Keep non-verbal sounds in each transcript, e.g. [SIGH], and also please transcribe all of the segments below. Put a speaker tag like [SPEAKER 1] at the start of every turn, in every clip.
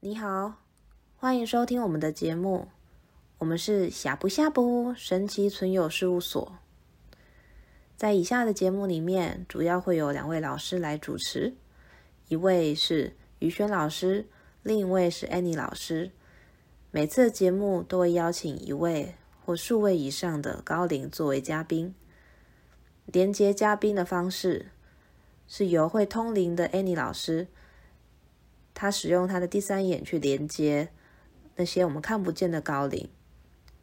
[SPEAKER 1] 你好，欢迎收听我们的节目，我们是呷不呷不神奇存有事务所。在以下的节目里面，主要会有两位老师来主持，一位是于轩老师，另一位是 Annie 老师。每次的节目都会邀请一位或数位以上的高龄作为嘉宾。连接嘉宾的方式是由会通灵的 Annie 老师，她使用她的第三眼去连接那些我们看不见的高龄，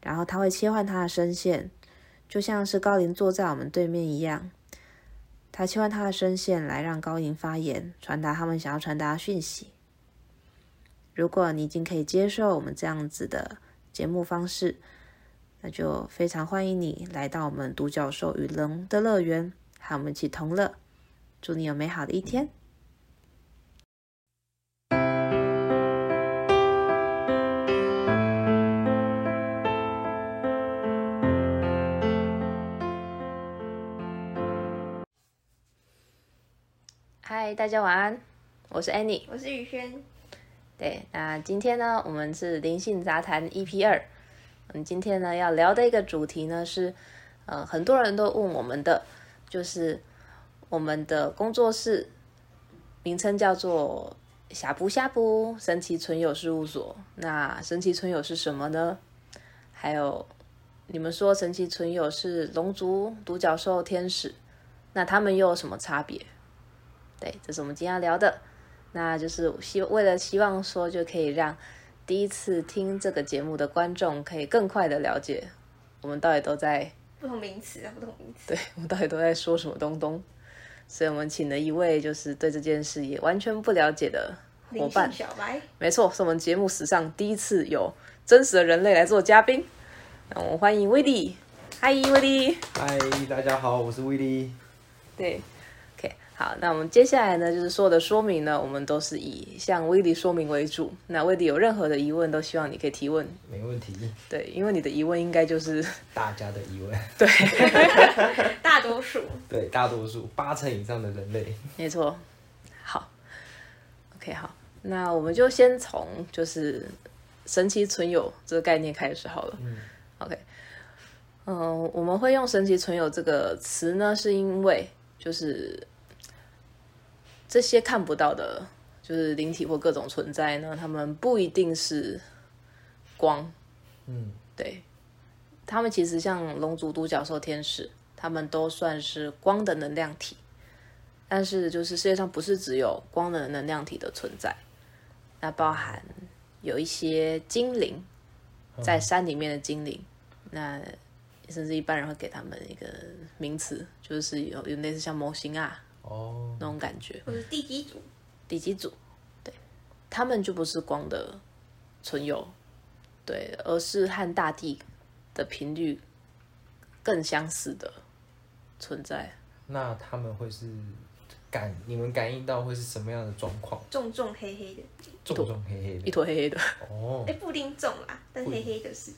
[SPEAKER 1] 然后她会切换她的声线，就像是高龄坐在我们对面一样。她切换她的声线来让高龄发言，传达他们想要传达的讯息。如果你已经可以接受我们这样子的节目方式，那就非常欢迎你来到我们独角兽与龙的乐园，和我们一起同乐。祝你有美好的一天。嗨，大家晚安，我是 Annie。
[SPEAKER 2] 我是宇轩，
[SPEAKER 1] 对，那今天呢，我们是灵性杂谈 EP 二。我们今天呢要聊的一个主题呢是，呃，很多人都问我们的，就是我们的工作室名称叫做“呷不呷不神奇存有事务所”。那神奇存有是什么呢？还有你们说神奇存有是龙族、独角兽、天使，那他们又有什么差别？对，这是我们今天要聊的。那就是希为了希望说就可以让第一次听这个节目的观众可以更快的了解我们到底都在 [LAUGHS]
[SPEAKER 2] 不同名词啊，不同名词。
[SPEAKER 1] 对我们到底都在说什么东东，所以我们请了一位就是对这件事也完全不了解的伙
[SPEAKER 2] 灵
[SPEAKER 1] 伴
[SPEAKER 2] 性，小白，
[SPEAKER 1] 没错，是我们节目史上第一次有真实的人类来做嘉宾。那我们欢迎威利，嗨，威利。
[SPEAKER 3] 嗨，大家好，我是威利。
[SPEAKER 1] 对，OK，好，那我们接下来呢，就是所有的说明呢，我们都是以向威利说明为主。那威利有任何的疑问，都希望你可以提问。
[SPEAKER 3] 没问题，
[SPEAKER 1] 对，因为你的疑问应该就是
[SPEAKER 3] 大家的疑问，
[SPEAKER 1] 对，
[SPEAKER 2] 大多数
[SPEAKER 3] [LAUGHS] 对，大多数八成以上的人类，
[SPEAKER 1] 没错。好，OK，好，那我们就先从就是神奇存有这个概念开始好了。
[SPEAKER 3] 嗯
[SPEAKER 1] OK，嗯、我们会用“神奇存有”这个词呢，是因为就是这些看不到的，就是灵体或各种存在呢，他们不一定是光，
[SPEAKER 3] 嗯，
[SPEAKER 1] 对，他们其实像龙族、独角兽、天使，他们都算是光的能量体。但是，就是世界上不是只有光的能量体的存在，那包含有一些精灵，在山里面的精灵，那甚至一般人会给他们一个名词，就是有有类似像模型啊
[SPEAKER 3] 哦，
[SPEAKER 1] 那种感觉，
[SPEAKER 2] 或者第几组，
[SPEAKER 1] 第几组，对，他们就不是光的存有，对，而是和大地的频率更相似的存在。
[SPEAKER 3] 那他们会是感，你们感应到会是什么样的状况？
[SPEAKER 2] 重重黑黑的，
[SPEAKER 1] 哦
[SPEAKER 3] 重重黑黑
[SPEAKER 1] 一
[SPEAKER 3] 的，
[SPEAKER 1] 坨黑黑的，
[SPEAKER 3] 哦
[SPEAKER 2] 哎、，不一定重啦，但
[SPEAKER 3] 不一
[SPEAKER 2] 黑
[SPEAKER 3] 定
[SPEAKER 2] 黑的是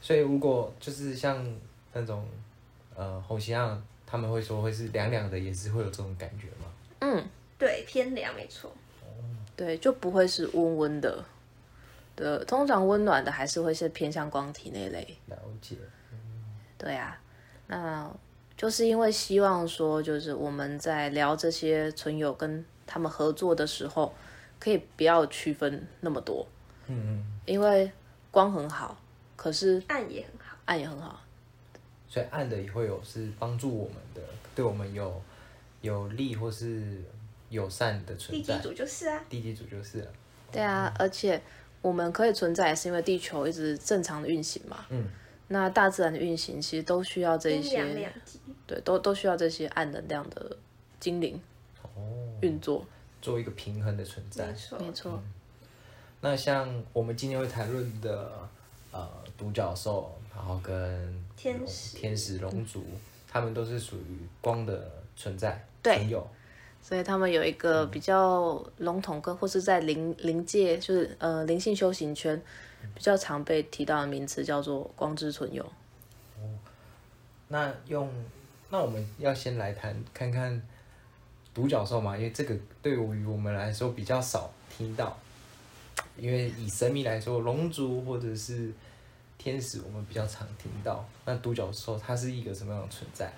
[SPEAKER 3] 所以如果就是像那种呃红西亚，他们会说会是凉凉的，也是会有这种感觉吗？
[SPEAKER 1] 嗯，
[SPEAKER 2] 对偏凉，没错。
[SPEAKER 1] 对，就不会是温温的，对，通常温暖的还是会是偏向光体那类。
[SPEAKER 3] 了解，
[SPEAKER 1] 对啊，那就是因为希望说，就是我们在聊这些存友跟他们合作的时候，可以不要区分那么多，
[SPEAKER 3] 嗯嗯，
[SPEAKER 1] 因为光很好，可是
[SPEAKER 2] 暗也很好，
[SPEAKER 1] 暗也很好。
[SPEAKER 3] 所以暗的也会有是帮助我们的，对我们有有利或是友善的
[SPEAKER 2] 第
[SPEAKER 3] 存
[SPEAKER 2] 几
[SPEAKER 3] 在。
[SPEAKER 2] 组就是啊，
[SPEAKER 3] 第几组就是了。
[SPEAKER 1] 对啊，而且我们可以存在，是因为地球一直正常的运行嘛。
[SPEAKER 3] 嗯。
[SPEAKER 1] 那大自然的运行其实都需要这一
[SPEAKER 2] 阴
[SPEAKER 1] 些，
[SPEAKER 2] 阳两极，
[SPEAKER 1] 对，都都需要这些暗能量的精灵
[SPEAKER 3] 哦，
[SPEAKER 1] 运作。
[SPEAKER 3] 做一个平衡的存在
[SPEAKER 2] 没。错，
[SPEAKER 1] 没错，
[SPEAKER 3] 那像我们今天会谈论的，呃，独角兽，然后跟
[SPEAKER 2] 天
[SPEAKER 3] 龙
[SPEAKER 2] 使
[SPEAKER 3] 天使、龙族，他们都是属于光的存在，
[SPEAKER 1] 对
[SPEAKER 3] 存有，
[SPEAKER 1] 所以他们有一个比较笼统跟或是在灵灵界，就是呃灵性修行圈比较常被提到的名词叫做光之存有。
[SPEAKER 3] 那用，那我们要先来谈看看独角兽嘛，因为这个对于我们来说比较少听到。因为以神明来说，龙族或者是天使，我们比较常听到。那独角兽它是一个什么样的存在？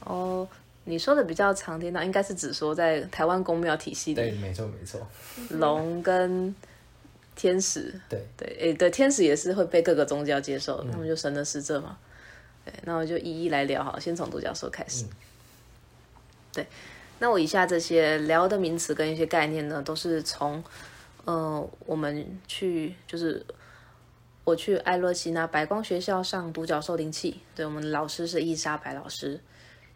[SPEAKER 1] 哦，你说的比较常听到，应该是指说在台湾公庙体系
[SPEAKER 3] 对，
[SPEAKER 1] 里，
[SPEAKER 3] 没错没错，
[SPEAKER 1] 龙跟天使，
[SPEAKER 3] 对
[SPEAKER 1] 对，诶、对，天使也是会被各个宗教接受，他们就神的使者嘛。对，那我就一一来聊好了，先从独角兽开始。
[SPEAKER 3] 嗯
[SPEAKER 1] 对，那我以下这些聊的名词跟一些概念呢，都是从呃我们去就是我去艾洛西那白光学校上独角兽灵气，对我们的老师是伊莎白老师，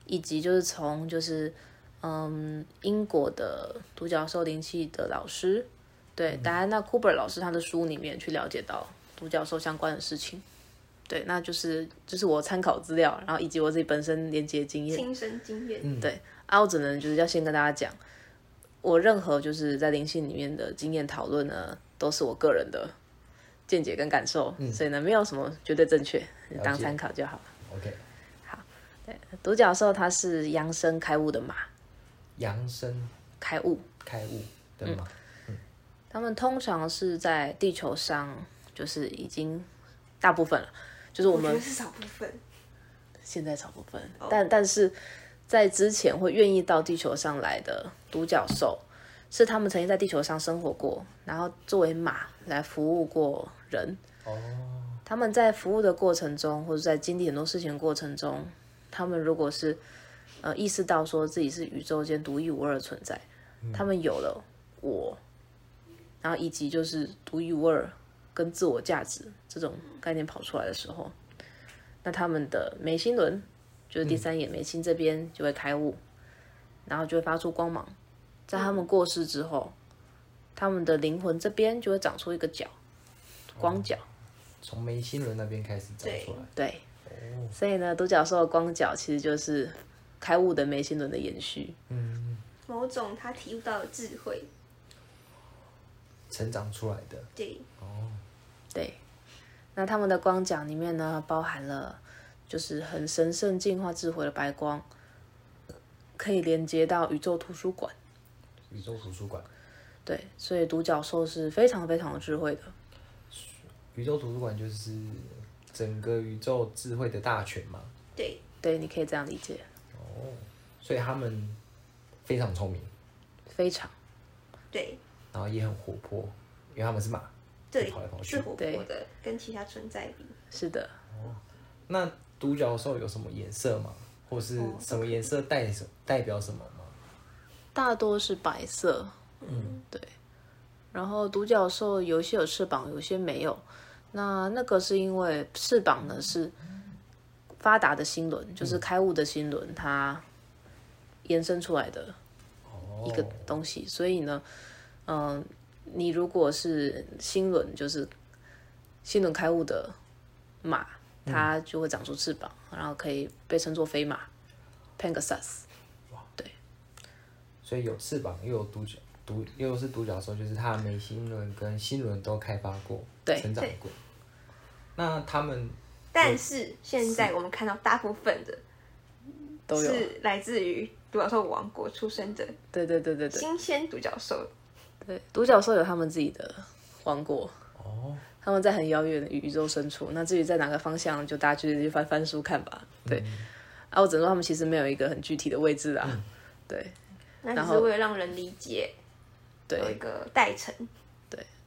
[SPEAKER 1] 以及就是从就是嗯英国的独角兽灵气的老师对，戴安娜·库珀老师他的书里面去了解到独角兽相关的事情。对，那就是就是我参考资料，然后以及我自己本身连接经验。
[SPEAKER 2] 亲身经验，
[SPEAKER 1] 对，啊，我只能就是要先跟大家讲，我任何就是在灵性里面的经验讨论呢，都是我个人的见解跟感受，所以呢，没有什么绝对正确，你当
[SPEAKER 3] 解
[SPEAKER 1] 参考就好。
[SPEAKER 3] ，OK，
[SPEAKER 1] 独角兽它是扬升开悟的马，
[SPEAKER 3] 扬升
[SPEAKER 1] 开悟，
[SPEAKER 3] 开悟对吗？
[SPEAKER 1] 他们通常是在地球上，就是已经大部分了，就是我
[SPEAKER 2] 我觉
[SPEAKER 1] 们
[SPEAKER 2] 得是少部分，
[SPEAKER 1] 现在少部分，但但是在之前会愿意到地球上来的独角兽，是他们曾经在地球上生活过，然后作为马来服务过人。
[SPEAKER 3] 哦，
[SPEAKER 1] 他们在服务的过程中，或者在经历很多事情的过程中，他们如果是呃意识到说自己是宇宙间独一无二的存在，他们有了我，然后以及就是独一无二跟自我价值这种概念跑出来的时候，那他们的眉心轮就是第三眼眉心这边就会开悟，然后就会发出光芒。在他们过世之后，他们的灵魂这边就会长出一个角，光角。
[SPEAKER 3] 从眉心轮那边开始长出来，
[SPEAKER 1] 对，所以呢，独角兽的光角其实就是开悟的眉心轮的延续。
[SPEAKER 3] 嗯，
[SPEAKER 2] 某种他体悟到的智慧，
[SPEAKER 3] 成长出来的
[SPEAKER 2] 对，
[SPEAKER 3] 哦，
[SPEAKER 1] 对，那他们的光角里面呢，包含了就是很神圣净化智慧的白光，可以连接到宇宙图书馆。
[SPEAKER 3] 宇宙图书馆，
[SPEAKER 1] 对，所以独角兽是非常非常有智慧的。
[SPEAKER 3] 宇宙图书馆就是整个宇宙智慧的大全嘛。
[SPEAKER 2] 对，
[SPEAKER 1] 对，你可以这样理解，
[SPEAKER 3] 哦，所以他们非常聪明，
[SPEAKER 1] 非常
[SPEAKER 2] 对，
[SPEAKER 3] 然后也很活泼，因为他们是马，
[SPEAKER 2] 对
[SPEAKER 3] 跑来
[SPEAKER 1] 哦
[SPEAKER 3] 跑，去
[SPEAKER 2] 是活泼的，跟其他存在比，
[SPEAKER 1] 是的。
[SPEAKER 3] 那独角兽有什么颜色吗？或是
[SPEAKER 2] 哦
[SPEAKER 3] 什么颜色代什代表什么吗？
[SPEAKER 1] 大多是白色，嗯，对。然后独角兽有些有翅膀，有些没有。那那个是因为翅膀呢是发达的心轮，就是开悟的心轮，它延伸出来的
[SPEAKER 3] 哦，
[SPEAKER 1] 一个东西。所以呢，嗯、你如果是心轮，就是心轮开悟的马，它就会长出翅膀，然后可以被称作飞马 （Pegasus）。
[SPEAKER 3] 所以有翅膀又有独角独又是独角兽，就是它的眉心轮跟心轮都开发过，
[SPEAKER 1] 对
[SPEAKER 3] 成长过。那他们
[SPEAKER 2] 但是现在我们看到大部分的
[SPEAKER 1] 都有，
[SPEAKER 2] 是来自于独角兽王国出生的
[SPEAKER 1] 对对对对对。
[SPEAKER 2] 新鲜独角兽，
[SPEAKER 1] 对，独角兽有他们自己的王国，
[SPEAKER 3] 哦，
[SPEAKER 1] 他们在很遥远的宇宙深处。那至于在哪个方向，就大家去去翻翻书看吧。对，啊，我只能说他们其实没有一个很具体的位置啊。对，
[SPEAKER 2] 那
[SPEAKER 1] 然
[SPEAKER 2] 只
[SPEAKER 1] 后
[SPEAKER 2] 是为了让人理解，
[SPEAKER 1] 对
[SPEAKER 2] 有一个代称，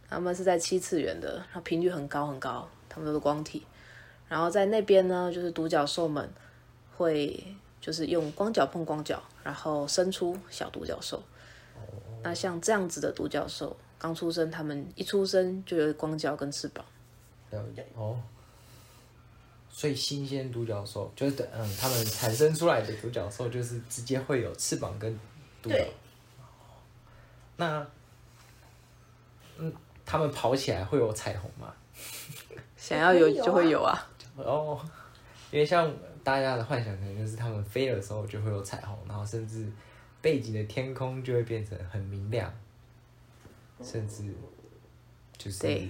[SPEAKER 1] 他们是在七次元的，然后频率很高很高，他们都是光体。然后在那边呢，就是独角兽们会就是用光脚碰光脚，然后生出小独角兽。那像这样子的独角兽，刚出生，他们一出生就有光脚跟翅膀。
[SPEAKER 3] 了解哦。所以新鲜独角兽就是等嗯，他们产生出来的独角兽就是直接会有翅膀跟独角哦
[SPEAKER 2] 对。
[SPEAKER 3] 那嗯，他们跑起来会有彩虹吗？
[SPEAKER 1] 想要有
[SPEAKER 2] 会有啊
[SPEAKER 1] 就会有啊，
[SPEAKER 3] 哦，因为像大家的幻想可能就是他们飞的时候就会有彩虹，然后甚至背景的天空就会变成很明亮，甚至就是
[SPEAKER 1] 对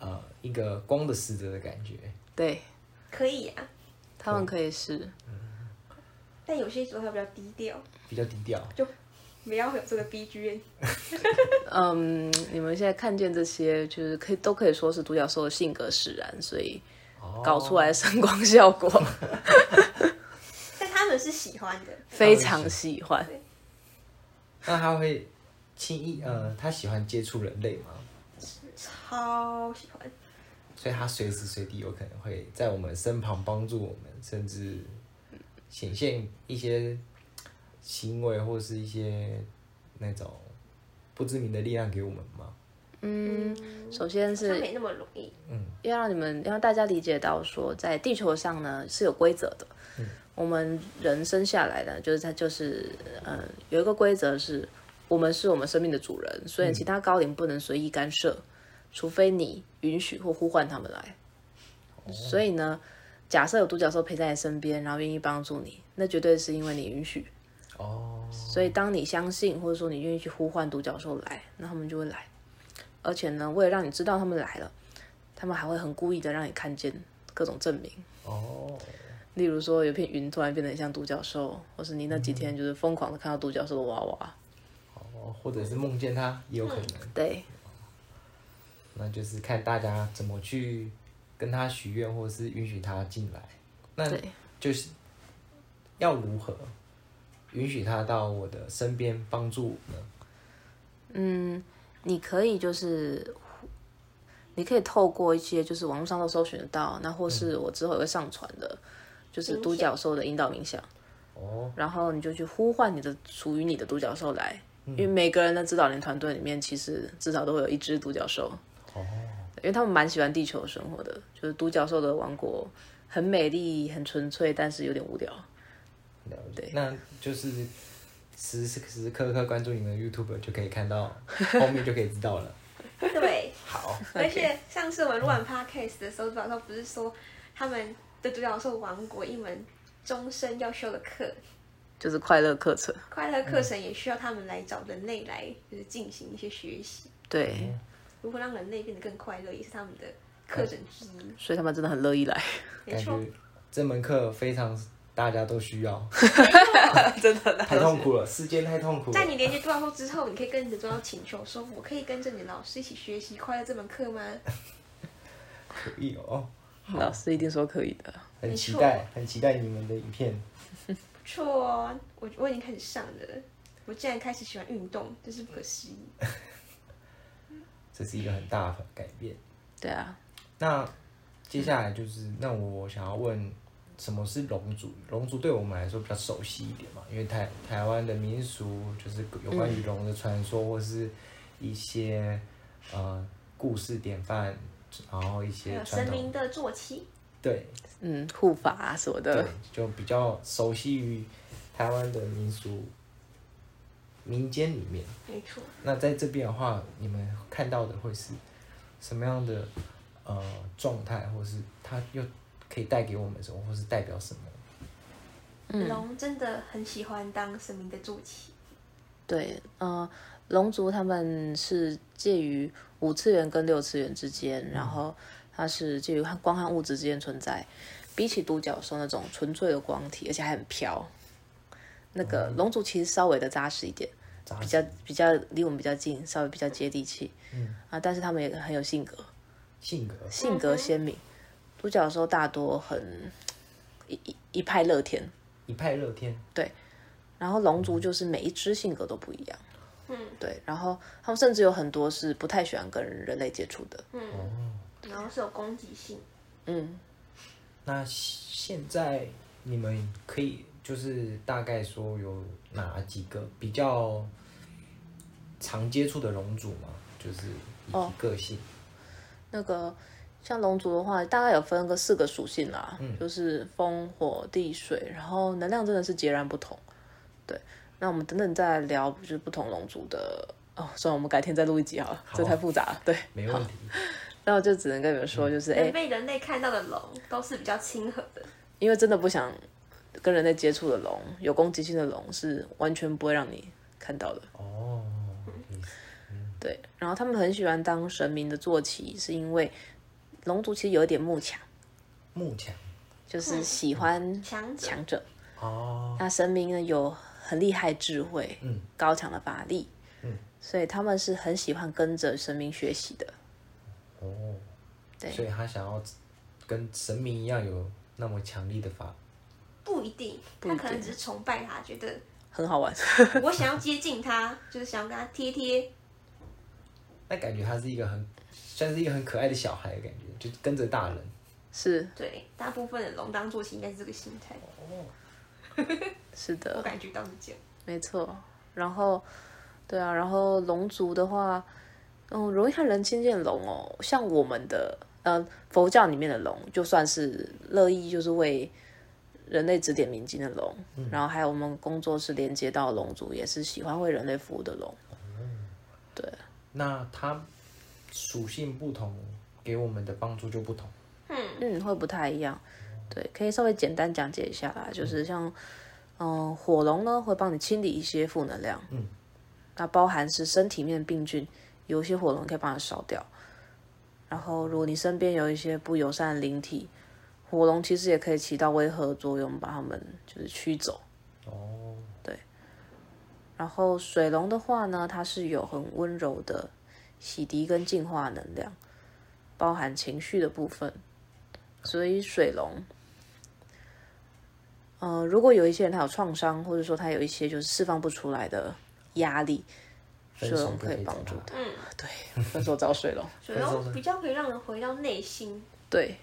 [SPEAKER 3] 呃一个光的使者的感觉。
[SPEAKER 1] 对
[SPEAKER 2] 可以啊，
[SPEAKER 1] 他们可以是
[SPEAKER 2] 但有些时候它比较低调，
[SPEAKER 3] 比较低调，
[SPEAKER 2] 就不要会有这个 BGM。
[SPEAKER 1] 嗯，你们现在看见这些，就是可以都可以说是独角兽的性格使然，所以
[SPEAKER 3] 哦
[SPEAKER 1] 搞出来的声光效果
[SPEAKER 2] 但他们是喜欢的，
[SPEAKER 1] 非常喜欢。
[SPEAKER 3] 那他会轻易呃，他喜欢接触人类吗？
[SPEAKER 2] 超喜欢。
[SPEAKER 3] 所以他随时随地有可能会在我们身旁帮助我们，甚至显现一些行为或是一些那种不知名的力量给我们嘛。
[SPEAKER 1] 嗯，首先
[SPEAKER 2] 他
[SPEAKER 1] 是
[SPEAKER 2] 没那么容易，
[SPEAKER 1] 要让你们要让大家理解到说，在地球上呢是有规则的。我们人生下来呢，就是它就是呃有一个规则是，我们是我们生命的主人，所以其他高龄不能随意干涉，除非你允许或呼唤他们来。所以呢，假设有独角兽陪在你身边，然后愿意帮助你，那绝对是因为你允许。
[SPEAKER 3] 哦，
[SPEAKER 1] 所以当你相信，或者说你愿意去呼唤独角兽来，那他们就会来。而且呢，为了让你知道他们来了，他们还会很故意的让你看见各种证明。
[SPEAKER 3] 哦，
[SPEAKER 1] 例如说，有片云突然变得很像独角兽，或是你那几天就是疯狂的看到独角兽的娃娃。
[SPEAKER 3] 哦，或者是梦见他也有可能，
[SPEAKER 1] 对，
[SPEAKER 3] 那就是看大家怎么去跟他许愿，或是允许他进来。那
[SPEAKER 1] 对
[SPEAKER 3] 就是要如何允许他到我的身边帮助我呢？
[SPEAKER 1] 你可以就是，你可以透过一些就是网络上都搜寻得到，那或
[SPEAKER 3] 嗯
[SPEAKER 1] 是我之后也会上传的，就是独角兽的引导冥想。
[SPEAKER 3] 哦，
[SPEAKER 1] 然后你就去呼唤你的属于你的独角兽来，
[SPEAKER 3] 嗯
[SPEAKER 1] 因为每个人的指导灵团队里面，其实至少都会有一只独角兽，
[SPEAKER 3] 哦，
[SPEAKER 1] 因为他们蛮喜欢地球生活的，就是独角兽的王国很美丽、很纯粹，但是有点无聊。
[SPEAKER 3] 了解。那就是时时时刻刻关注你们的 YouTube 就可以
[SPEAKER 2] [LAUGHS]
[SPEAKER 3] 看到，后面就可以知道了。
[SPEAKER 2] 对。
[SPEAKER 1] [LAUGHS]
[SPEAKER 3] 好，
[SPEAKER 2] 而且上次我们录完 podcast 的时候，独角兽不是说他们的独角兽王国一门终身要修的课，
[SPEAKER 1] 就是快乐课程，
[SPEAKER 2] 快乐
[SPEAKER 1] 嗯
[SPEAKER 2] 课程也需要他们来找人类来就是进行一些学习，
[SPEAKER 1] 对，
[SPEAKER 3] 哦
[SPEAKER 2] 如何让人类变得更快乐，也是他们的课程之一。
[SPEAKER 1] 所以他们真的很乐意来，
[SPEAKER 2] 没
[SPEAKER 3] 感
[SPEAKER 2] 错，
[SPEAKER 3] 觉这门课非常大家都
[SPEAKER 2] [LAUGHS]
[SPEAKER 3] 需要，
[SPEAKER 1] [LAUGHS] 真的
[SPEAKER 3] 太痛苦了，世间太痛苦了
[SPEAKER 2] 在。你连接独角兽之后，你可以跟你的独角兽请求说：“我可以跟着你的老师一起学习快乐这门课
[SPEAKER 1] [LAUGHS]
[SPEAKER 2] 吗
[SPEAKER 3] 可以哦，
[SPEAKER 1] 老师一定说可以的。
[SPEAKER 3] 很期
[SPEAKER 2] 没错
[SPEAKER 3] 待，很期待你们的影片。？”
[SPEAKER 2] 不错哦，我我已经开始上了，我竟然开始喜欢运动，真是不可思议。
[SPEAKER 3] 这是一个很大的改变。
[SPEAKER 1] 对啊，
[SPEAKER 3] 那接下来就是，那我想要问，什么是龙族？龙族对我们来说比较熟悉一点嘛，因为台台湾的民俗就是有关于龙的传说，或是一些呃故事典范，然后一
[SPEAKER 2] 还
[SPEAKER 3] 些
[SPEAKER 2] 有
[SPEAKER 3] 传
[SPEAKER 2] 神
[SPEAKER 3] 统
[SPEAKER 2] 明的坐骑，
[SPEAKER 3] 对
[SPEAKER 1] 嗯，护法啊什么
[SPEAKER 3] 对
[SPEAKER 1] 的，，
[SPEAKER 3] 就比较熟悉于台湾的民俗民间里面。
[SPEAKER 2] 没错。
[SPEAKER 3] 那在这边的话，你们看到的会是什么样的呃状态，或是它又可以带给我们什么，或是代表什么？
[SPEAKER 1] 嗯
[SPEAKER 2] 龙真的很喜欢当神明的坐骑，
[SPEAKER 1] 对，呃，龙族他们是介于五次元跟六次元之间，然后它是介于和光和物质之间存在。比起独角兽那种纯粹的光体，而且还很飘，那个龙族其实稍微的哦扎实一点，
[SPEAKER 3] 杂
[SPEAKER 1] 比较比较离我们比较近，稍微比较接地气。嗯啊，但是他们也很有性格，
[SPEAKER 3] 性格
[SPEAKER 1] 性格鲜明。独角兽大多很一一一派乐天，
[SPEAKER 3] 一派乐天，
[SPEAKER 1] 然后龙族就是每一只性格都不一样，嗯，对，然后他们甚至有很多是不太喜欢跟人类接触的，
[SPEAKER 2] 然后是有攻击性，
[SPEAKER 1] 嗯，
[SPEAKER 3] 那现在你们可以就是大概说有哪几个比较常接触的龙族吗？就是以及个性，
[SPEAKER 1] 那个像龙族的话，大概有分个四个属性啦，就是风、火、地、水，然后能量真的是截然不同，对，那我们等等再聊，就是不同龙族的。哦，算了，我们改天再录一集好了，这太复杂了。对，
[SPEAKER 3] 没问题。
[SPEAKER 1] 那我就只能跟你们说，就是哎、
[SPEAKER 2] 能被人类看到的龙都是比较亲和的，
[SPEAKER 1] 因为真的不想跟人类接触的龙，有攻击性的龙是完全不会让你看到的。
[SPEAKER 3] 哦，
[SPEAKER 1] 对，然后他们很喜欢当神明的坐骑，是因为龙族其实有一点慕强，
[SPEAKER 3] 木强
[SPEAKER 1] 就是喜欢
[SPEAKER 2] 强者
[SPEAKER 1] 强者。
[SPEAKER 3] 哦，
[SPEAKER 1] 那神明呢有很厉害智慧，
[SPEAKER 3] 嗯，
[SPEAKER 1] 高强的法力，
[SPEAKER 3] 嗯，
[SPEAKER 1] 所以他们是很喜欢跟着神明学习的。
[SPEAKER 3] 哦，
[SPEAKER 1] 对
[SPEAKER 3] 所以他想要跟神明一样有那么强力的法，
[SPEAKER 2] 不一定，
[SPEAKER 1] 不一定
[SPEAKER 2] 他可能只是崇拜他，觉得
[SPEAKER 1] 很好玩，
[SPEAKER 2] 我想要接近他，就是想要跟他贴贴。
[SPEAKER 3] 那感觉他是一个很算是一个很可爱的小孩的感觉，就跟着大人。
[SPEAKER 1] [LAUGHS] 是
[SPEAKER 2] 对，大部分的龙当坐骑应该是这个心态，
[SPEAKER 3] 哦，
[SPEAKER 1] 是的
[SPEAKER 2] 我，感觉到是这样。
[SPEAKER 1] 没错。然后，对啊，然后龙族的话，嗯，容易看人亲见龙哦。像我们的呃佛教里面的龙，就算是乐意就是为人类指点明津的龙，然后还有我们工作室连接到龙族，也是喜欢为人类服务的龙。
[SPEAKER 3] 那它属性不同，给我们的帮助就不同。
[SPEAKER 1] 嗯，会不太一样。对，可以稍微简单讲解一下啦，就是像，嗯、火龙呢会帮你清理一些负能量，
[SPEAKER 3] 嗯，
[SPEAKER 1] 那包含是身体面病菌，有一些火龙可以帮你烧掉。然后，如果你身边有一些不友善的灵体，火龙其实也可以起到威吓作用，把它们就是驱走。
[SPEAKER 3] 哦，
[SPEAKER 1] 然后水龙的话呢，它是有很温柔的洗涤跟净化能量，包含情绪的部分。所以水龙，呃，如果有一些人他有创伤，或者说他有一些就是释放不出来的压力，水
[SPEAKER 3] 分手
[SPEAKER 1] 龙
[SPEAKER 3] 就
[SPEAKER 1] 可
[SPEAKER 3] 可
[SPEAKER 1] 以
[SPEAKER 3] 以嗯
[SPEAKER 1] 帮
[SPEAKER 3] 找
[SPEAKER 1] 助
[SPEAKER 3] 他。
[SPEAKER 1] 他。对，分手找水龙。
[SPEAKER 2] 水龙比较可以让人回到内心，
[SPEAKER 1] 对，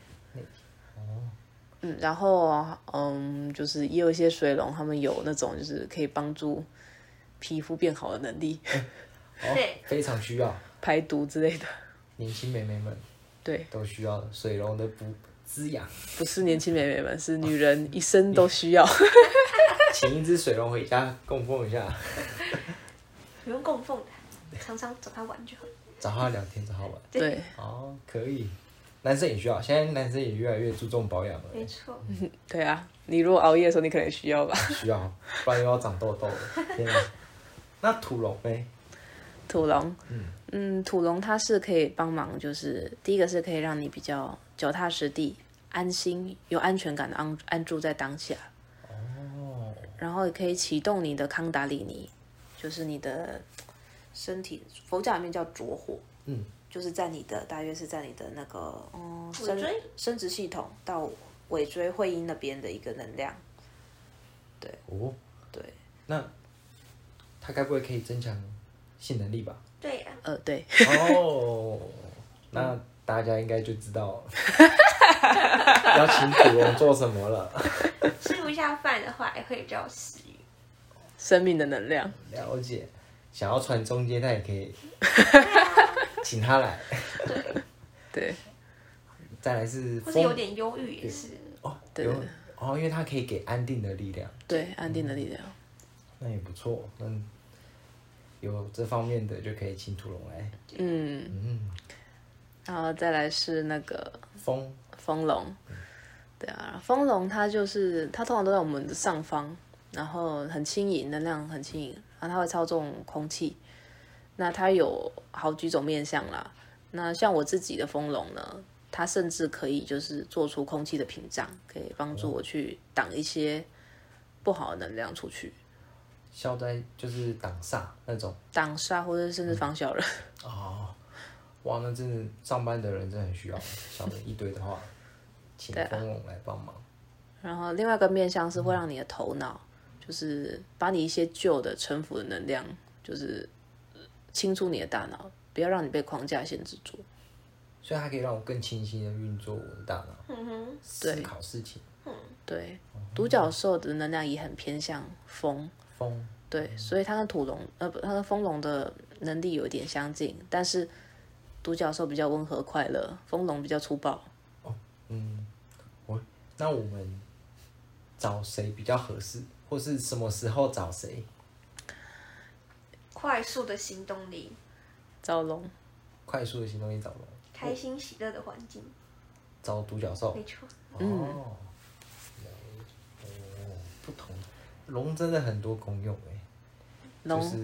[SPEAKER 1] 嗯，然后嗯，就是也有一些水龙，他们有那种就是可以帮助皮肤变好的能力，
[SPEAKER 3] 哦，非常需要，
[SPEAKER 1] 排毒之类的。 [LAUGHS]
[SPEAKER 3] 年轻妹妹们
[SPEAKER 1] 对，
[SPEAKER 3] 都需要水龙的补滋养，
[SPEAKER 1] 不是年轻美眉们，是女人一生都需要。
[SPEAKER 3] 请一只水龙回家供奉一下，
[SPEAKER 2] 不用供奉他，常常找他玩就好。
[SPEAKER 3] 找他聊天，找他玩。
[SPEAKER 1] [LAUGHS] 对，
[SPEAKER 3] 哦，可以。男生也需要，现在男生也越来越注重保养了，
[SPEAKER 2] 没错，
[SPEAKER 1] 对啊，你如果熬夜的时候，你可能需要吧。
[SPEAKER 3] 需要，不然又要长痘痘了。天 [LAUGHS] 啊！那土龙呢？
[SPEAKER 1] [LAUGHS] 土龙
[SPEAKER 3] 嗯，
[SPEAKER 1] 嗯，土龙它是可以帮忙，就是第一个是可以让你比较脚踏实地、安心、有安全感的安安住在当下，
[SPEAKER 3] 哦，
[SPEAKER 1] 然后也可以启动你的康达里尼，就是你的身体，佛教里面叫着火，
[SPEAKER 3] 嗯，
[SPEAKER 1] 就是在你的大约是在你的那个嗯
[SPEAKER 2] 尾
[SPEAKER 1] 生
[SPEAKER 2] 椎
[SPEAKER 1] 生殖系统到尾椎会阴那边的一个能量，
[SPEAKER 3] 哦，
[SPEAKER 1] 对。
[SPEAKER 3] 那他该不会可以增强性能力吧？
[SPEAKER 2] 对啊呀、
[SPEAKER 1] 呃，对， [LAUGHS]
[SPEAKER 3] 哦， [LAUGHS] 那大家应该就
[SPEAKER 2] [LAUGHS]
[SPEAKER 3] 知道要请土龙做什么了。
[SPEAKER 2] 吃不下饭的话也会比较有食欲。
[SPEAKER 1] 生命的能量，
[SPEAKER 3] 了解，想要传中间，他也可以请他来。
[SPEAKER 1] 对
[SPEAKER 3] 再来是
[SPEAKER 2] 或是有
[SPEAKER 3] 风
[SPEAKER 2] 点忧郁也是，
[SPEAKER 3] 哦，
[SPEAKER 1] 对
[SPEAKER 3] 有哦，因为它可以给安定的力量，
[SPEAKER 1] 对，安定的力量。
[SPEAKER 3] 那也不错。那有这方面的就可以请土龙来。
[SPEAKER 1] 嗯，
[SPEAKER 3] 嗯，
[SPEAKER 1] 然后再来是那个
[SPEAKER 3] 风
[SPEAKER 1] 风龙，对啊，风龙它就是它通常都在我们的上方，然后很轻盈，能量很轻盈，然后它会操纵空气。那它有好几种面相啦。那像我自己的风龙呢，它甚至可以就是做出空气的屏障，可以帮助我去挡一些不好的能量出去，
[SPEAKER 3] 消灾就是挡煞那种。
[SPEAKER 1] 挡煞或者是甚至防小人。
[SPEAKER 3] 哦，哇，那真的上班的人真的很需要，小人一堆的话，请
[SPEAKER 1] 对啊
[SPEAKER 3] 风龙来帮忙。
[SPEAKER 1] 然后另外一个面向是会让你的头脑，就是把你一些旧的沉浮的能量，就是呃清除你的大脑，不要让你被框架限制住。
[SPEAKER 3] 所以它可以让我更清晰的运作我的大脑，
[SPEAKER 2] 嗯哼，
[SPEAKER 3] 思考事情。
[SPEAKER 1] 对，独角兽的能量也很偏向风，
[SPEAKER 3] 风
[SPEAKER 1] 对，所以它跟土龙呃不，它跟风龙的能力有一点相近，但是独角兽比较温和快乐，风龙比较粗暴。
[SPEAKER 3] 嗯，我那我们找谁比较合适，或是什么时候找谁？
[SPEAKER 2] 快速的行动力，
[SPEAKER 1] 招龙
[SPEAKER 3] 快速的行动力找龙，
[SPEAKER 2] 开心喜乐的环境，
[SPEAKER 3] 找独角兽
[SPEAKER 2] 没。错，
[SPEAKER 1] 嗯
[SPEAKER 3] 哦，哦，不同，龙真的很多功用哎、就
[SPEAKER 1] 龙
[SPEAKER 3] 是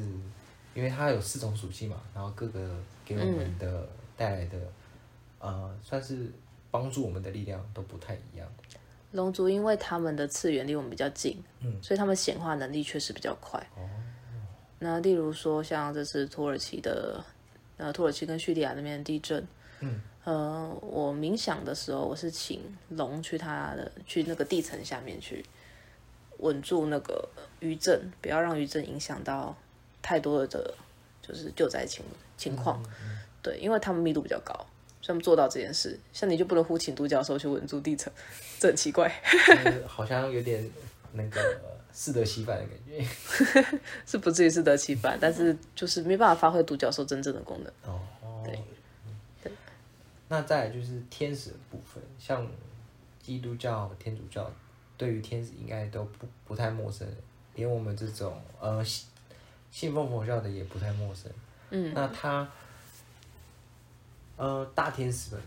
[SPEAKER 3] 因为它有四种属性嘛，然后各个给我们的带来的、呃，算是帮助我们的力量都不太一样。
[SPEAKER 1] 龙族因为他们的次元离我们比较近，嗯，所以他们显化能力确实比较快。哦，那例如说像这次土耳其的，呃，土耳其跟叙利亚那边的地震，嗯，呃，我冥想的时候，我是请龙去它的去那个地层下面去稳住那个余震，不要让余震影响到太多的就是救灾情情况，对，因为他们密度比较高。所以他们做到这件事，像你就不能呼请独角兽去稳住地层，这很奇怪，
[SPEAKER 3] 就是好像有点那个适得其反的感觉。
[SPEAKER 1] 是不至于适得其反，但是就是没办法发挥独角兽真正的功能。
[SPEAKER 3] 哦，对。那再来就是天使的部分，像基督教、天主教，对于天使应该都不不太陌生，连我们这种呃信信奉佛教的也不太陌生。嗯，那他呃大天使们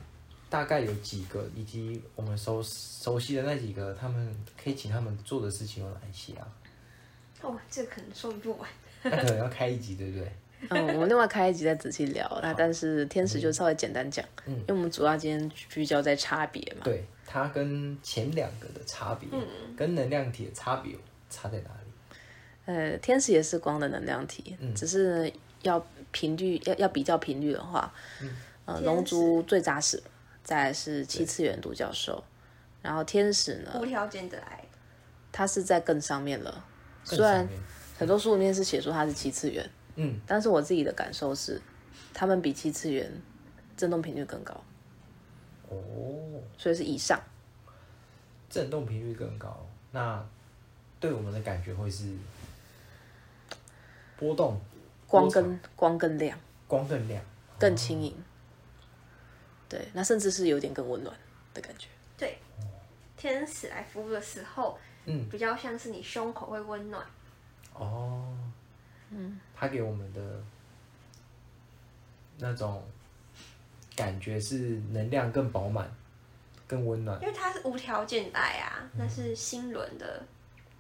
[SPEAKER 3] 大概有几个，以及我们熟熟悉的那几个，他们可以请他们做的事情有哪一些啊？
[SPEAKER 2] 哦，这可能说不完。
[SPEAKER 3] 那可能要开一集，对不对？
[SPEAKER 1] 嗯，我们另外开一集再仔细聊。那但是天使就稍微简单讲，因为我们主要今天聚焦在差别嘛。
[SPEAKER 3] 对，它跟前两个的差别，跟能量体的差别差在哪里？
[SPEAKER 1] 呃，天使也是光的能量体，只是要频率要要比较频率的话，呃，
[SPEAKER 2] 天
[SPEAKER 1] 龙
[SPEAKER 2] 使
[SPEAKER 1] 珠最扎实，再来是七次元独角兽，然后天使呢，
[SPEAKER 2] 无条件的爱，
[SPEAKER 1] 它是在更上面了。
[SPEAKER 3] 更
[SPEAKER 1] 虽然
[SPEAKER 3] 上面
[SPEAKER 1] 很多书里面是写说它是七次元，
[SPEAKER 3] 嗯，
[SPEAKER 1] 但是我自己的感受是，他们比七次元振动频率更高，
[SPEAKER 3] 哦，
[SPEAKER 1] 所以是以上。
[SPEAKER 3] 振动频率更高，那对我们的感觉会是波动
[SPEAKER 1] 光
[SPEAKER 3] 多长
[SPEAKER 1] 更光更亮、
[SPEAKER 3] 光更亮，
[SPEAKER 1] 更轻盈，对，那甚至是有点更温暖的感觉。
[SPEAKER 2] 对，天使来服务的时候，
[SPEAKER 3] 嗯，
[SPEAKER 2] 比较像是你胸口会温暖，
[SPEAKER 3] 哦，嗯，它给我们的那种感觉是能量更饱满、更温暖，
[SPEAKER 2] 因为它是无条件的爱啊，那是心轮的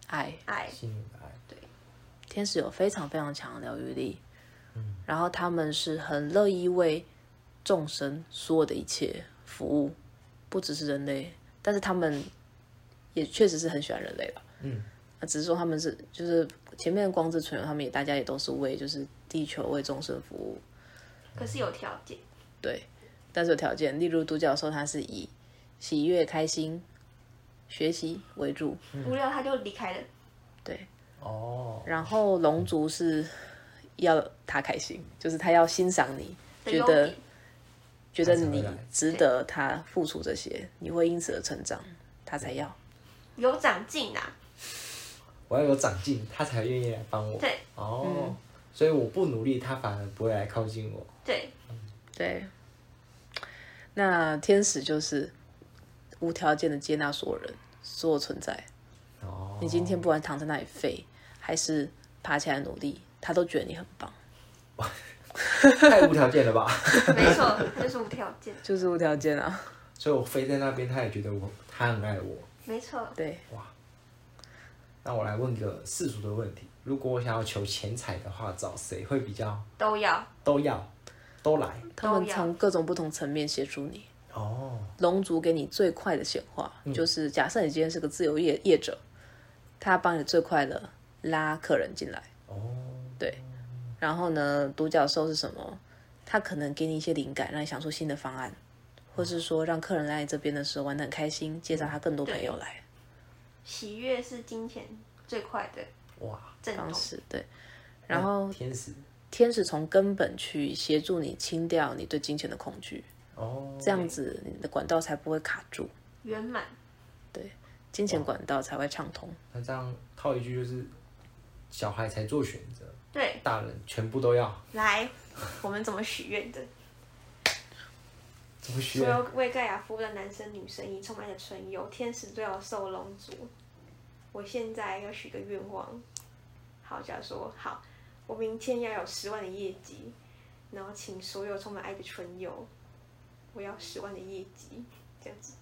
[SPEAKER 1] 爱，
[SPEAKER 2] 爱，
[SPEAKER 3] 心灵的爱。
[SPEAKER 1] 天使有非常非常强的疗愈力，然后他们是很乐意为众生所有的一切服务，不只是人类，但是他们也确实是很喜欢人类吧。
[SPEAKER 3] 嗯，
[SPEAKER 1] 那只是说他们是就是前面的光之存有，他们也大家也都是为就是地球为众生服务，
[SPEAKER 2] 可是有条件。
[SPEAKER 1] 对，但是有条件，例如独角兽它是以喜悦、开心、学习为主，
[SPEAKER 2] 无聊他就离开了，
[SPEAKER 3] 哦，
[SPEAKER 1] 然后龙族是要他开心，就是他要欣赏你，
[SPEAKER 2] 的
[SPEAKER 1] 觉
[SPEAKER 2] 优
[SPEAKER 1] 得
[SPEAKER 2] 点
[SPEAKER 1] 觉得
[SPEAKER 3] 他才会
[SPEAKER 1] 你
[SPEAKER 3] 来
[SPEAKER 1] 值得他付出这些，你会因此而成长，他才要。
[SPEAKER 2] 有长进啊，
[SPEAKER 3] 我要有长进，他才愿意来帮我。
[SPEAKER 2] 对
[SPEAKER 3] 哦，所以我不努力，他反而不会来靠近我。
[SPEAKER 2] 对，
[SPEAKER 1] 对，那天使就是无条件的接纳所有人，所有存在。
[SPEAKER 3] 哦，
[SPEAKER 1] 你今天不管躺在那里废，还是爬起来努力，他都觉得你很棒，
[SPEAKER 3] 太无条件了吧？
[SPEAKER 2] 没错，他就是无条件，
[SPEAKER 1] 就是无条件啊。
[SPEAKER 3] 所以我飞在那边，他也觉得我他很爱我。
[SPEAKER 2] 没错，
[SPEAKER 1] [LAUGHS] 对，
[SPEAKER 3] 那我来问个世俗的问题：如果我想要求钱财的话，找谁会比较
[SPEAKER 2] 都要
[SPEAKER 3] 都要都来？
[SPEAKER 1] 他们
[SPEAKER 2] 都要
[SPEAKER 1] 从各种不同层面协助你。
[SPEAKER 3] 哦，
[SPEAKER 1] 龙族给你最快的显化，就是假设你今天是个自由业业者，他帮你最快的拉客人进来。
[SPEAKER 3] 哦，
[SPEAKER 1] 对。然后呢，独角兽是什么？他可能给你一些灵感，让你想出新的方案，或是说让客人来这边的时候玩得很开心，介绍他更多朋友来
[SPEAKER 2] 喜悦是金钱最快的
[SPEAKER 3] 哇，
[SPEAKER 2] 震动
[SPEAKER 1] 方，式。对。然后
[SPEAKER 3] 天使
[SPEAKER 1] 天使从根本去协助你清掉你对金钱的恐惧，
[SPEAKER 3] 哦，
[SPEAKER 1] 这样子你的管道才不会卡住，
[SPEAKER 2] 圆满，
[SPEAKER 1] 金钱管道才会畅通。
[SPEAKER 3] 那这样套一句就是，小孩才做选择，
[SPEAKER 2] 对，
[SPEAKER 3] 大人全部都要，
[SPEAKER 2] 来，我们怎么许愿的？
[SPEAKER 3] 怎么需
[SPEAKER 2] 所
[SPEAKER 3] 要？
[SPEAKER 2] 有为盖亚服务的男生女生，已充满着春游，天使对我受龙族。我现在要许个愿望，好，假如说好，我明天要有十万的业绩，然后请所有充满爱的春游，我要十万的业绩，这样子。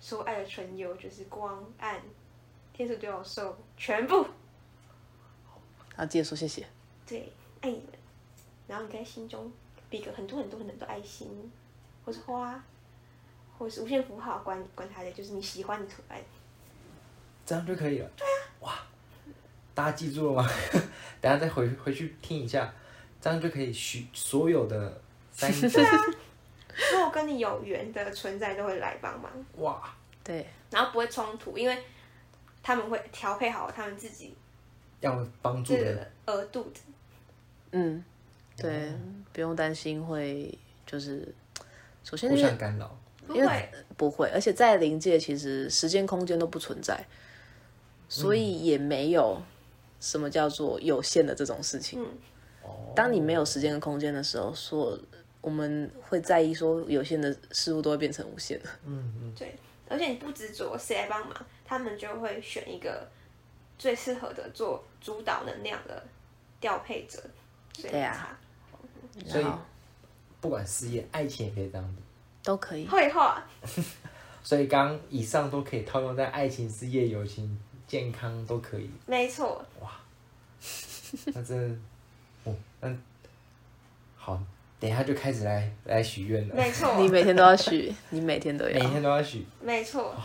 [SPEAKER 2] 所有爱的春游就是光暗，天使对我受全部，
[SPEAKER 1] 然后记得说啊谢谢。
[SPEAKER 2] 对，爱你们。然后你在心中比个很多很多很多的爱心，或是花，或是无限符号，管管他的，就是你喜欢你图案。
[SPEAKER 3] 这样就可以了。对啊。哇，大家记住了吗？ [LAUGHS] 等一下再回回去听一下，这样就可以许所有的三个
[SPEAKER 1] 啊
[SPEAKER 2] 如果跟你有缘的存在都会来帮忙，
[SPEAKER 3] 哇，
[SPEAKER 1] 对，
[SPEAKER 2] 然后不会冲突，因为他们会调配好他们自己
[SPEAKER 3] 要帮助
[SPEAKER 2] 这
[SPEAKER 3] 的
[SPEAKER 2] 个额度的。
[SPEAKER 1] 嗯，对，不用担心会就是，首先
[SPEAKER 3] 互
[SPEAKER 1] 因为
[SPEAKER 3] 相干扰。
[SPEAKER 2] 不
[SPEAKER 1] 因
[SPEAKER 2] 会
[SPEAKER 1] 为，不会，而且在临界其实时间空间都不存在，所以
[SPEAKER 2] 嗯
[SPEAKER 1] 也没有什么叫做有限的这种事情。
[SPEAKER 2] 嗯，
[SPEAKER 3] 哦
[SPEAKER 1] 当你没有时间跟空间的时候，所我们会在意说有限的事物都会变成无限的。
[SPEAKER 3] 嗯嗯，
[SPEAKER 2] 对，而且你不执着谁来帮忙，他们就会选一个最适合的做主导能量的调配者。所以
[SPEAKER 1] 对啊
[SPEAKER 2] 很差，嗯
[SPEAKER 3] 所以
[SPEAKER 1] 然后
[SPEAKER 3] 不管事业、爱情也可以这样子。
[SPEAKER 1] 都可以，
[SPEAKER 2] 绘画
[SPEAKER 3] 所以刚刚以上都可以套用在爱情、事业、友情、健康都可以。
[SPEAKER 2] 没错，
[SPEAKER 3] 那真的，哦，那好，等一下就开始来来许愿了，
[SPEAKER 2] 没错，
[SPEAKER 1] 你每天都要许，你每天都
[SPEAKER 3] 每
[SPEAKER 1] 要。
[SPEAKER 3] 天都要许。
[SPEAKER 2] 没错，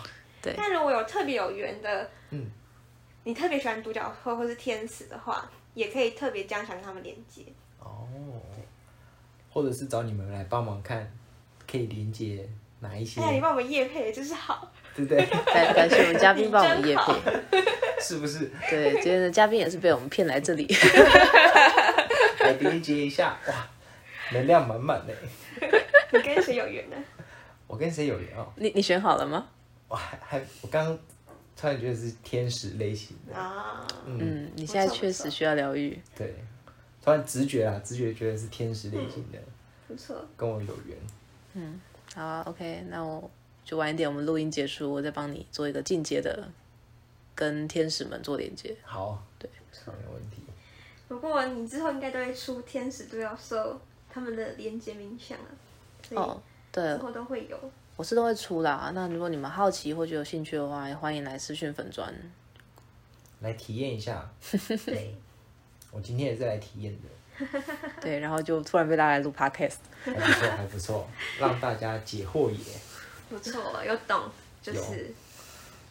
[SPEAKER 1] 对
[SPEAKER 2] 但如果有特别有缘的，
[SPEAKER 3] 哦嗯，
[SPEAKER 2] 你特别喜欢独角兽或是天使的话，也可以特别加强跟他们连接。
[SPEAKER 3] 哦，或者是找你们来帮忙看，可以连接哪一些，
[SPEAKER 2] 哎，你帮我们夜配，真是好。
[SPEAKER 3] 对不对？ [LAUGHS]
[SPEAKER 1] 感感谢我们嘉宾帮我们夜配，
[SPEAKER 3] 是不是？
[SPEAKER 1] 对，今天的嘉宾也是被我们骗来这里。 [LAUGHS]
[SPEAKER 3] 来连接一下，哇，能量满满嘞！
[SPEAKER 2] 你跟谁有缘呢？ [LAUGHS]
[SPEAKER 3] 我跟谁有缘哦？
[SPEAKER 1] 你你选好了吗？
[SPEAKER 3] 我还还我刚刚突然觉得是天使类型的，
[SPEAKER 2] 啊，
[SPEAKER 1] 嗯，你现在
[SPEAKER 2] 不错
[SPEAKER 1] 确实需要疗愈。
[SPEAKER 3] 对，突然直觉啊，直觉觉得是天使类型的，
[SPEAKER 2] 不错，
[SPEAKER 3] 跟我有缘。
[SPEAKER 1] 好啊，OK，那我就晚一点，我们录音结束，我再帮你做一个进阶的，跟天使们做连接。
[SPEAKER 3] 好，对，没有问题。
[SPEAKER 2] 不过你之后应该都会出天使独角兽他们的连接冥想啊，所
[SPEAKER 1] 哦，对
[SPEAKER 2] 以
[SPEAKER 3] 呃
[SPEAKER 2] 之，后都会有。
[SPEAKER 1] 我是都会出啦。那如果你们好奇或者有兴趣的话，也欢迎来私讯粉砖。
[SPEAKER 3] 来体验一下，
[SPEAKER 2] 对，
[SPEAKER 3] [LAUGHS] 我今天也是来体验的，
[SPEAKER 1] 对，然后就突然被拉来录 podcast，
[SPEAKER 3] 还不错，还不错，让大家解惑也。
[SPEAKER 2] 不错，有懂，就是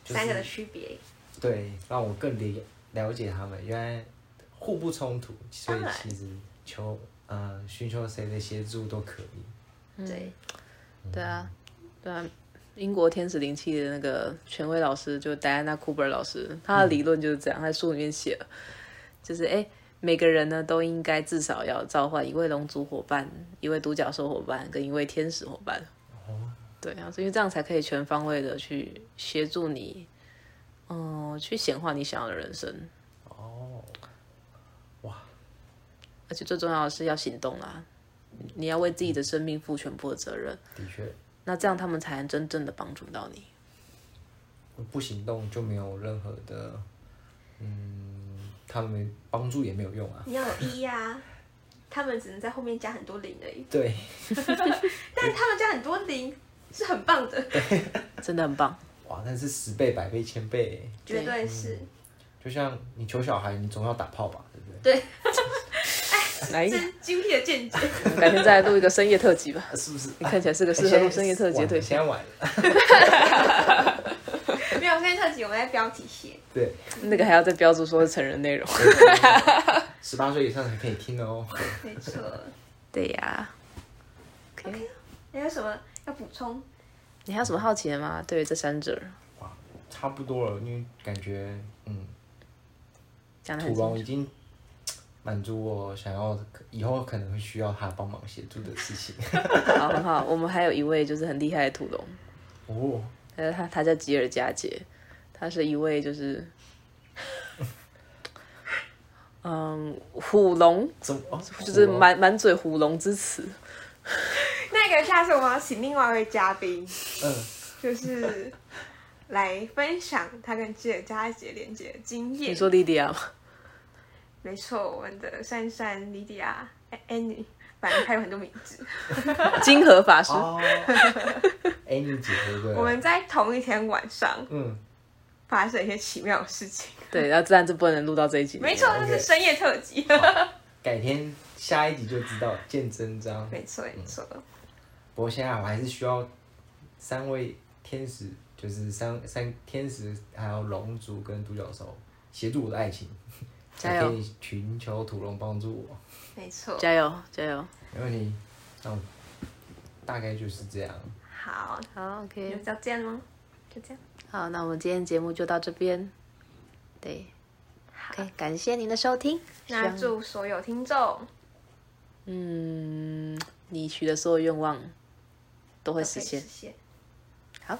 [SPEAKER 3] 就是
[SPEAKER 2] 三个的区别。
[SPEAKER 3] 对，让我更了了解他们，原来互不冲突，所以
[SPEAKER 2] 当然
[SPEAKER 3] 其实求呃寻求谁的协助都可以。
[SPEAKER 2] 对，
[SPEAKER 1] 对啊，对啊。英国天使灵气的那个权威老师，就戴安娜·库 r 老师，他的理论就是这样，他在书里面写了，就是哎，诶每个人呢都应该至少要召唤一位龙族伙伴、一位独角兽伙伴跟一位天使伙伴。
[SPEAKER 3] 哦，
[SPEAKER 1] 对啊，因为这样才可以全方位的去协助你，嗯、去显化你想要的人生。
[SPEAKER 3] 哦，
[SPEAKER 1] 而且最重要的是要行动啦，你要为自己的生命负全部的责任，
[SPEAKER 3] 的确，
[SPEAKER 1] 那这样他们才能真正的帮助到你。
[SPEAKER 3] 不行动就没有任何的，嗯，他们帮助也没有用啊。
[SPEAKER 2] 你要有一啊，他们只能在后面加很多零而已，
[SPEAKER 3] 对，
[SPEAKER 2] 但他们加很多零是很棒的，
[SPEAKER 1] 真的很棒，
[SPEAKER 3] 哇，那是十倍、百倍、千倍耶，
[SPEAKER 2] 绝对是。
[SPEAKER 3] 就像你求小孩，你总要打炮吧，对不对？
[SPEAKER 2] 对，
[SPEAKER 1] 来，
[SPEAKER 2] 这是 GP 的见解。 [LAUGHS]
[SPEAKER 1] 我们改天再来录一个深夜特辑 [LAUGHS] 吧。
[SPEAKER 3] 是哎不是？
[SPEAKER 1] 你看起来是个适合录深夜特辑的对
[SPEAKER 3] 现
[SPEAKER 1] 象，
[SPEAKER 3] 在晚了，
[SPEAKER 2] 没有，现在特辑我们在标题写，
[SPEAKER 3] 对，
[SPEAKER 1] 那个还要再标注说是成人内容。
[SPEAKER 3] [LAUGHS] 十八岁以上才可以听哦。
[SPEAKER 2] 没错。
[SPEAKER 1] [LAUGHS] 对呀、OK，
[SPEAKER 2] 还有什么要补充？
[SPEAKER 1] 你还有什么好奇的吗？对于这三者
[SPEAKER 3] 差不多了，因为感觉嗯，
[SPEAKER 1] 讲的
[SPEAKER 3] 土
[SPEAKER 1] 很
[SPEAKER 3] 龙
[SPEAKER 1] 清楚。
[SPEAKER 3] 已经满足我想要以后可能会需要他帮忙协助的事情。
[SPEAKER 1] 好，很好。我们还有一位就是很厉害的土龙，
[SPEAKER 3] 哦，
[SPEAKER 1] 呃，他他叫吉尔加杰，他是一位就是， [LAUGHS] 嗯，虎龙，
[SPEAKER 3] 怎么？哦、
[SPEAKER 1] 就是
[SPEAKER 3] 土龙
[SPEAKER 1] 满满嘴虎龙之词。
[SPEAKER 2] 那个下次我们要请另外一位嘉宾，
[SPEAKER 3] 嗯，
[SPEAKER 2] 就是来分享他跟吉尔加杰连接的经
[SPEAKER 1] 你
[SPEAKER 2] 验。
[SPEAKER 1] 说莉迪亚吗？ [LAUGHS]
[SPEAKER 2] 没错，我们的珊珊、莉迪亚、安安妮，反正还有很多名字。
[SPEAKER 1] 金河法师，
[SPEAKER 3] 哦，哎，你姐对不对？
[SPEAKER 2] 我们在同一天晚上
[SPEAKER 3] 嗯，
[SPEAKER 2] 发生一些奇妙的事情。
[SPEAKER 1] 对，然后自然就不能录到这一集。
[SPEAKER 2] 没错，这是深夜特辑。 [LAUGHS]
[SPEAKER 3] 改天下一集就知道见真章。
[SPEAKER 2] 没错，没错。
[SPEAKER 3] 不过现在我还是需要三位天使，就是三三天使，还有龙族跟独角兽协助我的爱情，
[SPEAKER 1] 加
[SPEAKER 3] 才
[SPEAKER 1] 油
[SPEAKER 3] 可以寻求土龙帮助我。
[SPEAKER 2] 没错。
[SPEAKER 1] 加油加油！
[SPEAKER 3] 没问题，那我大概就是这样。
[SPEAKER 2] 好，
[SPEAKER 1] 好
[SPEAKER 2] 你
[SPEAKER 1] ，OK，
[SPEAKER 2] 们要这样吗？就这样。
[SPEAKER 1] 好，那我们今天节目就到这边。对，OK，感谢您的收听。
[SPEAKER 2] 那
[SPEAKER 1] 希望
[SPEAKER 2] 祝所有听众
[SPEAKER 1] 嗯，你许的所有愿望都会
[SPEAKER 2] 都
[SPEAKER 1] 实
[SPEAKER 2] 可以
[SPEAKER 1] 现
[SPEAKER 2] 实。现。
[SPEAKER 1] 好，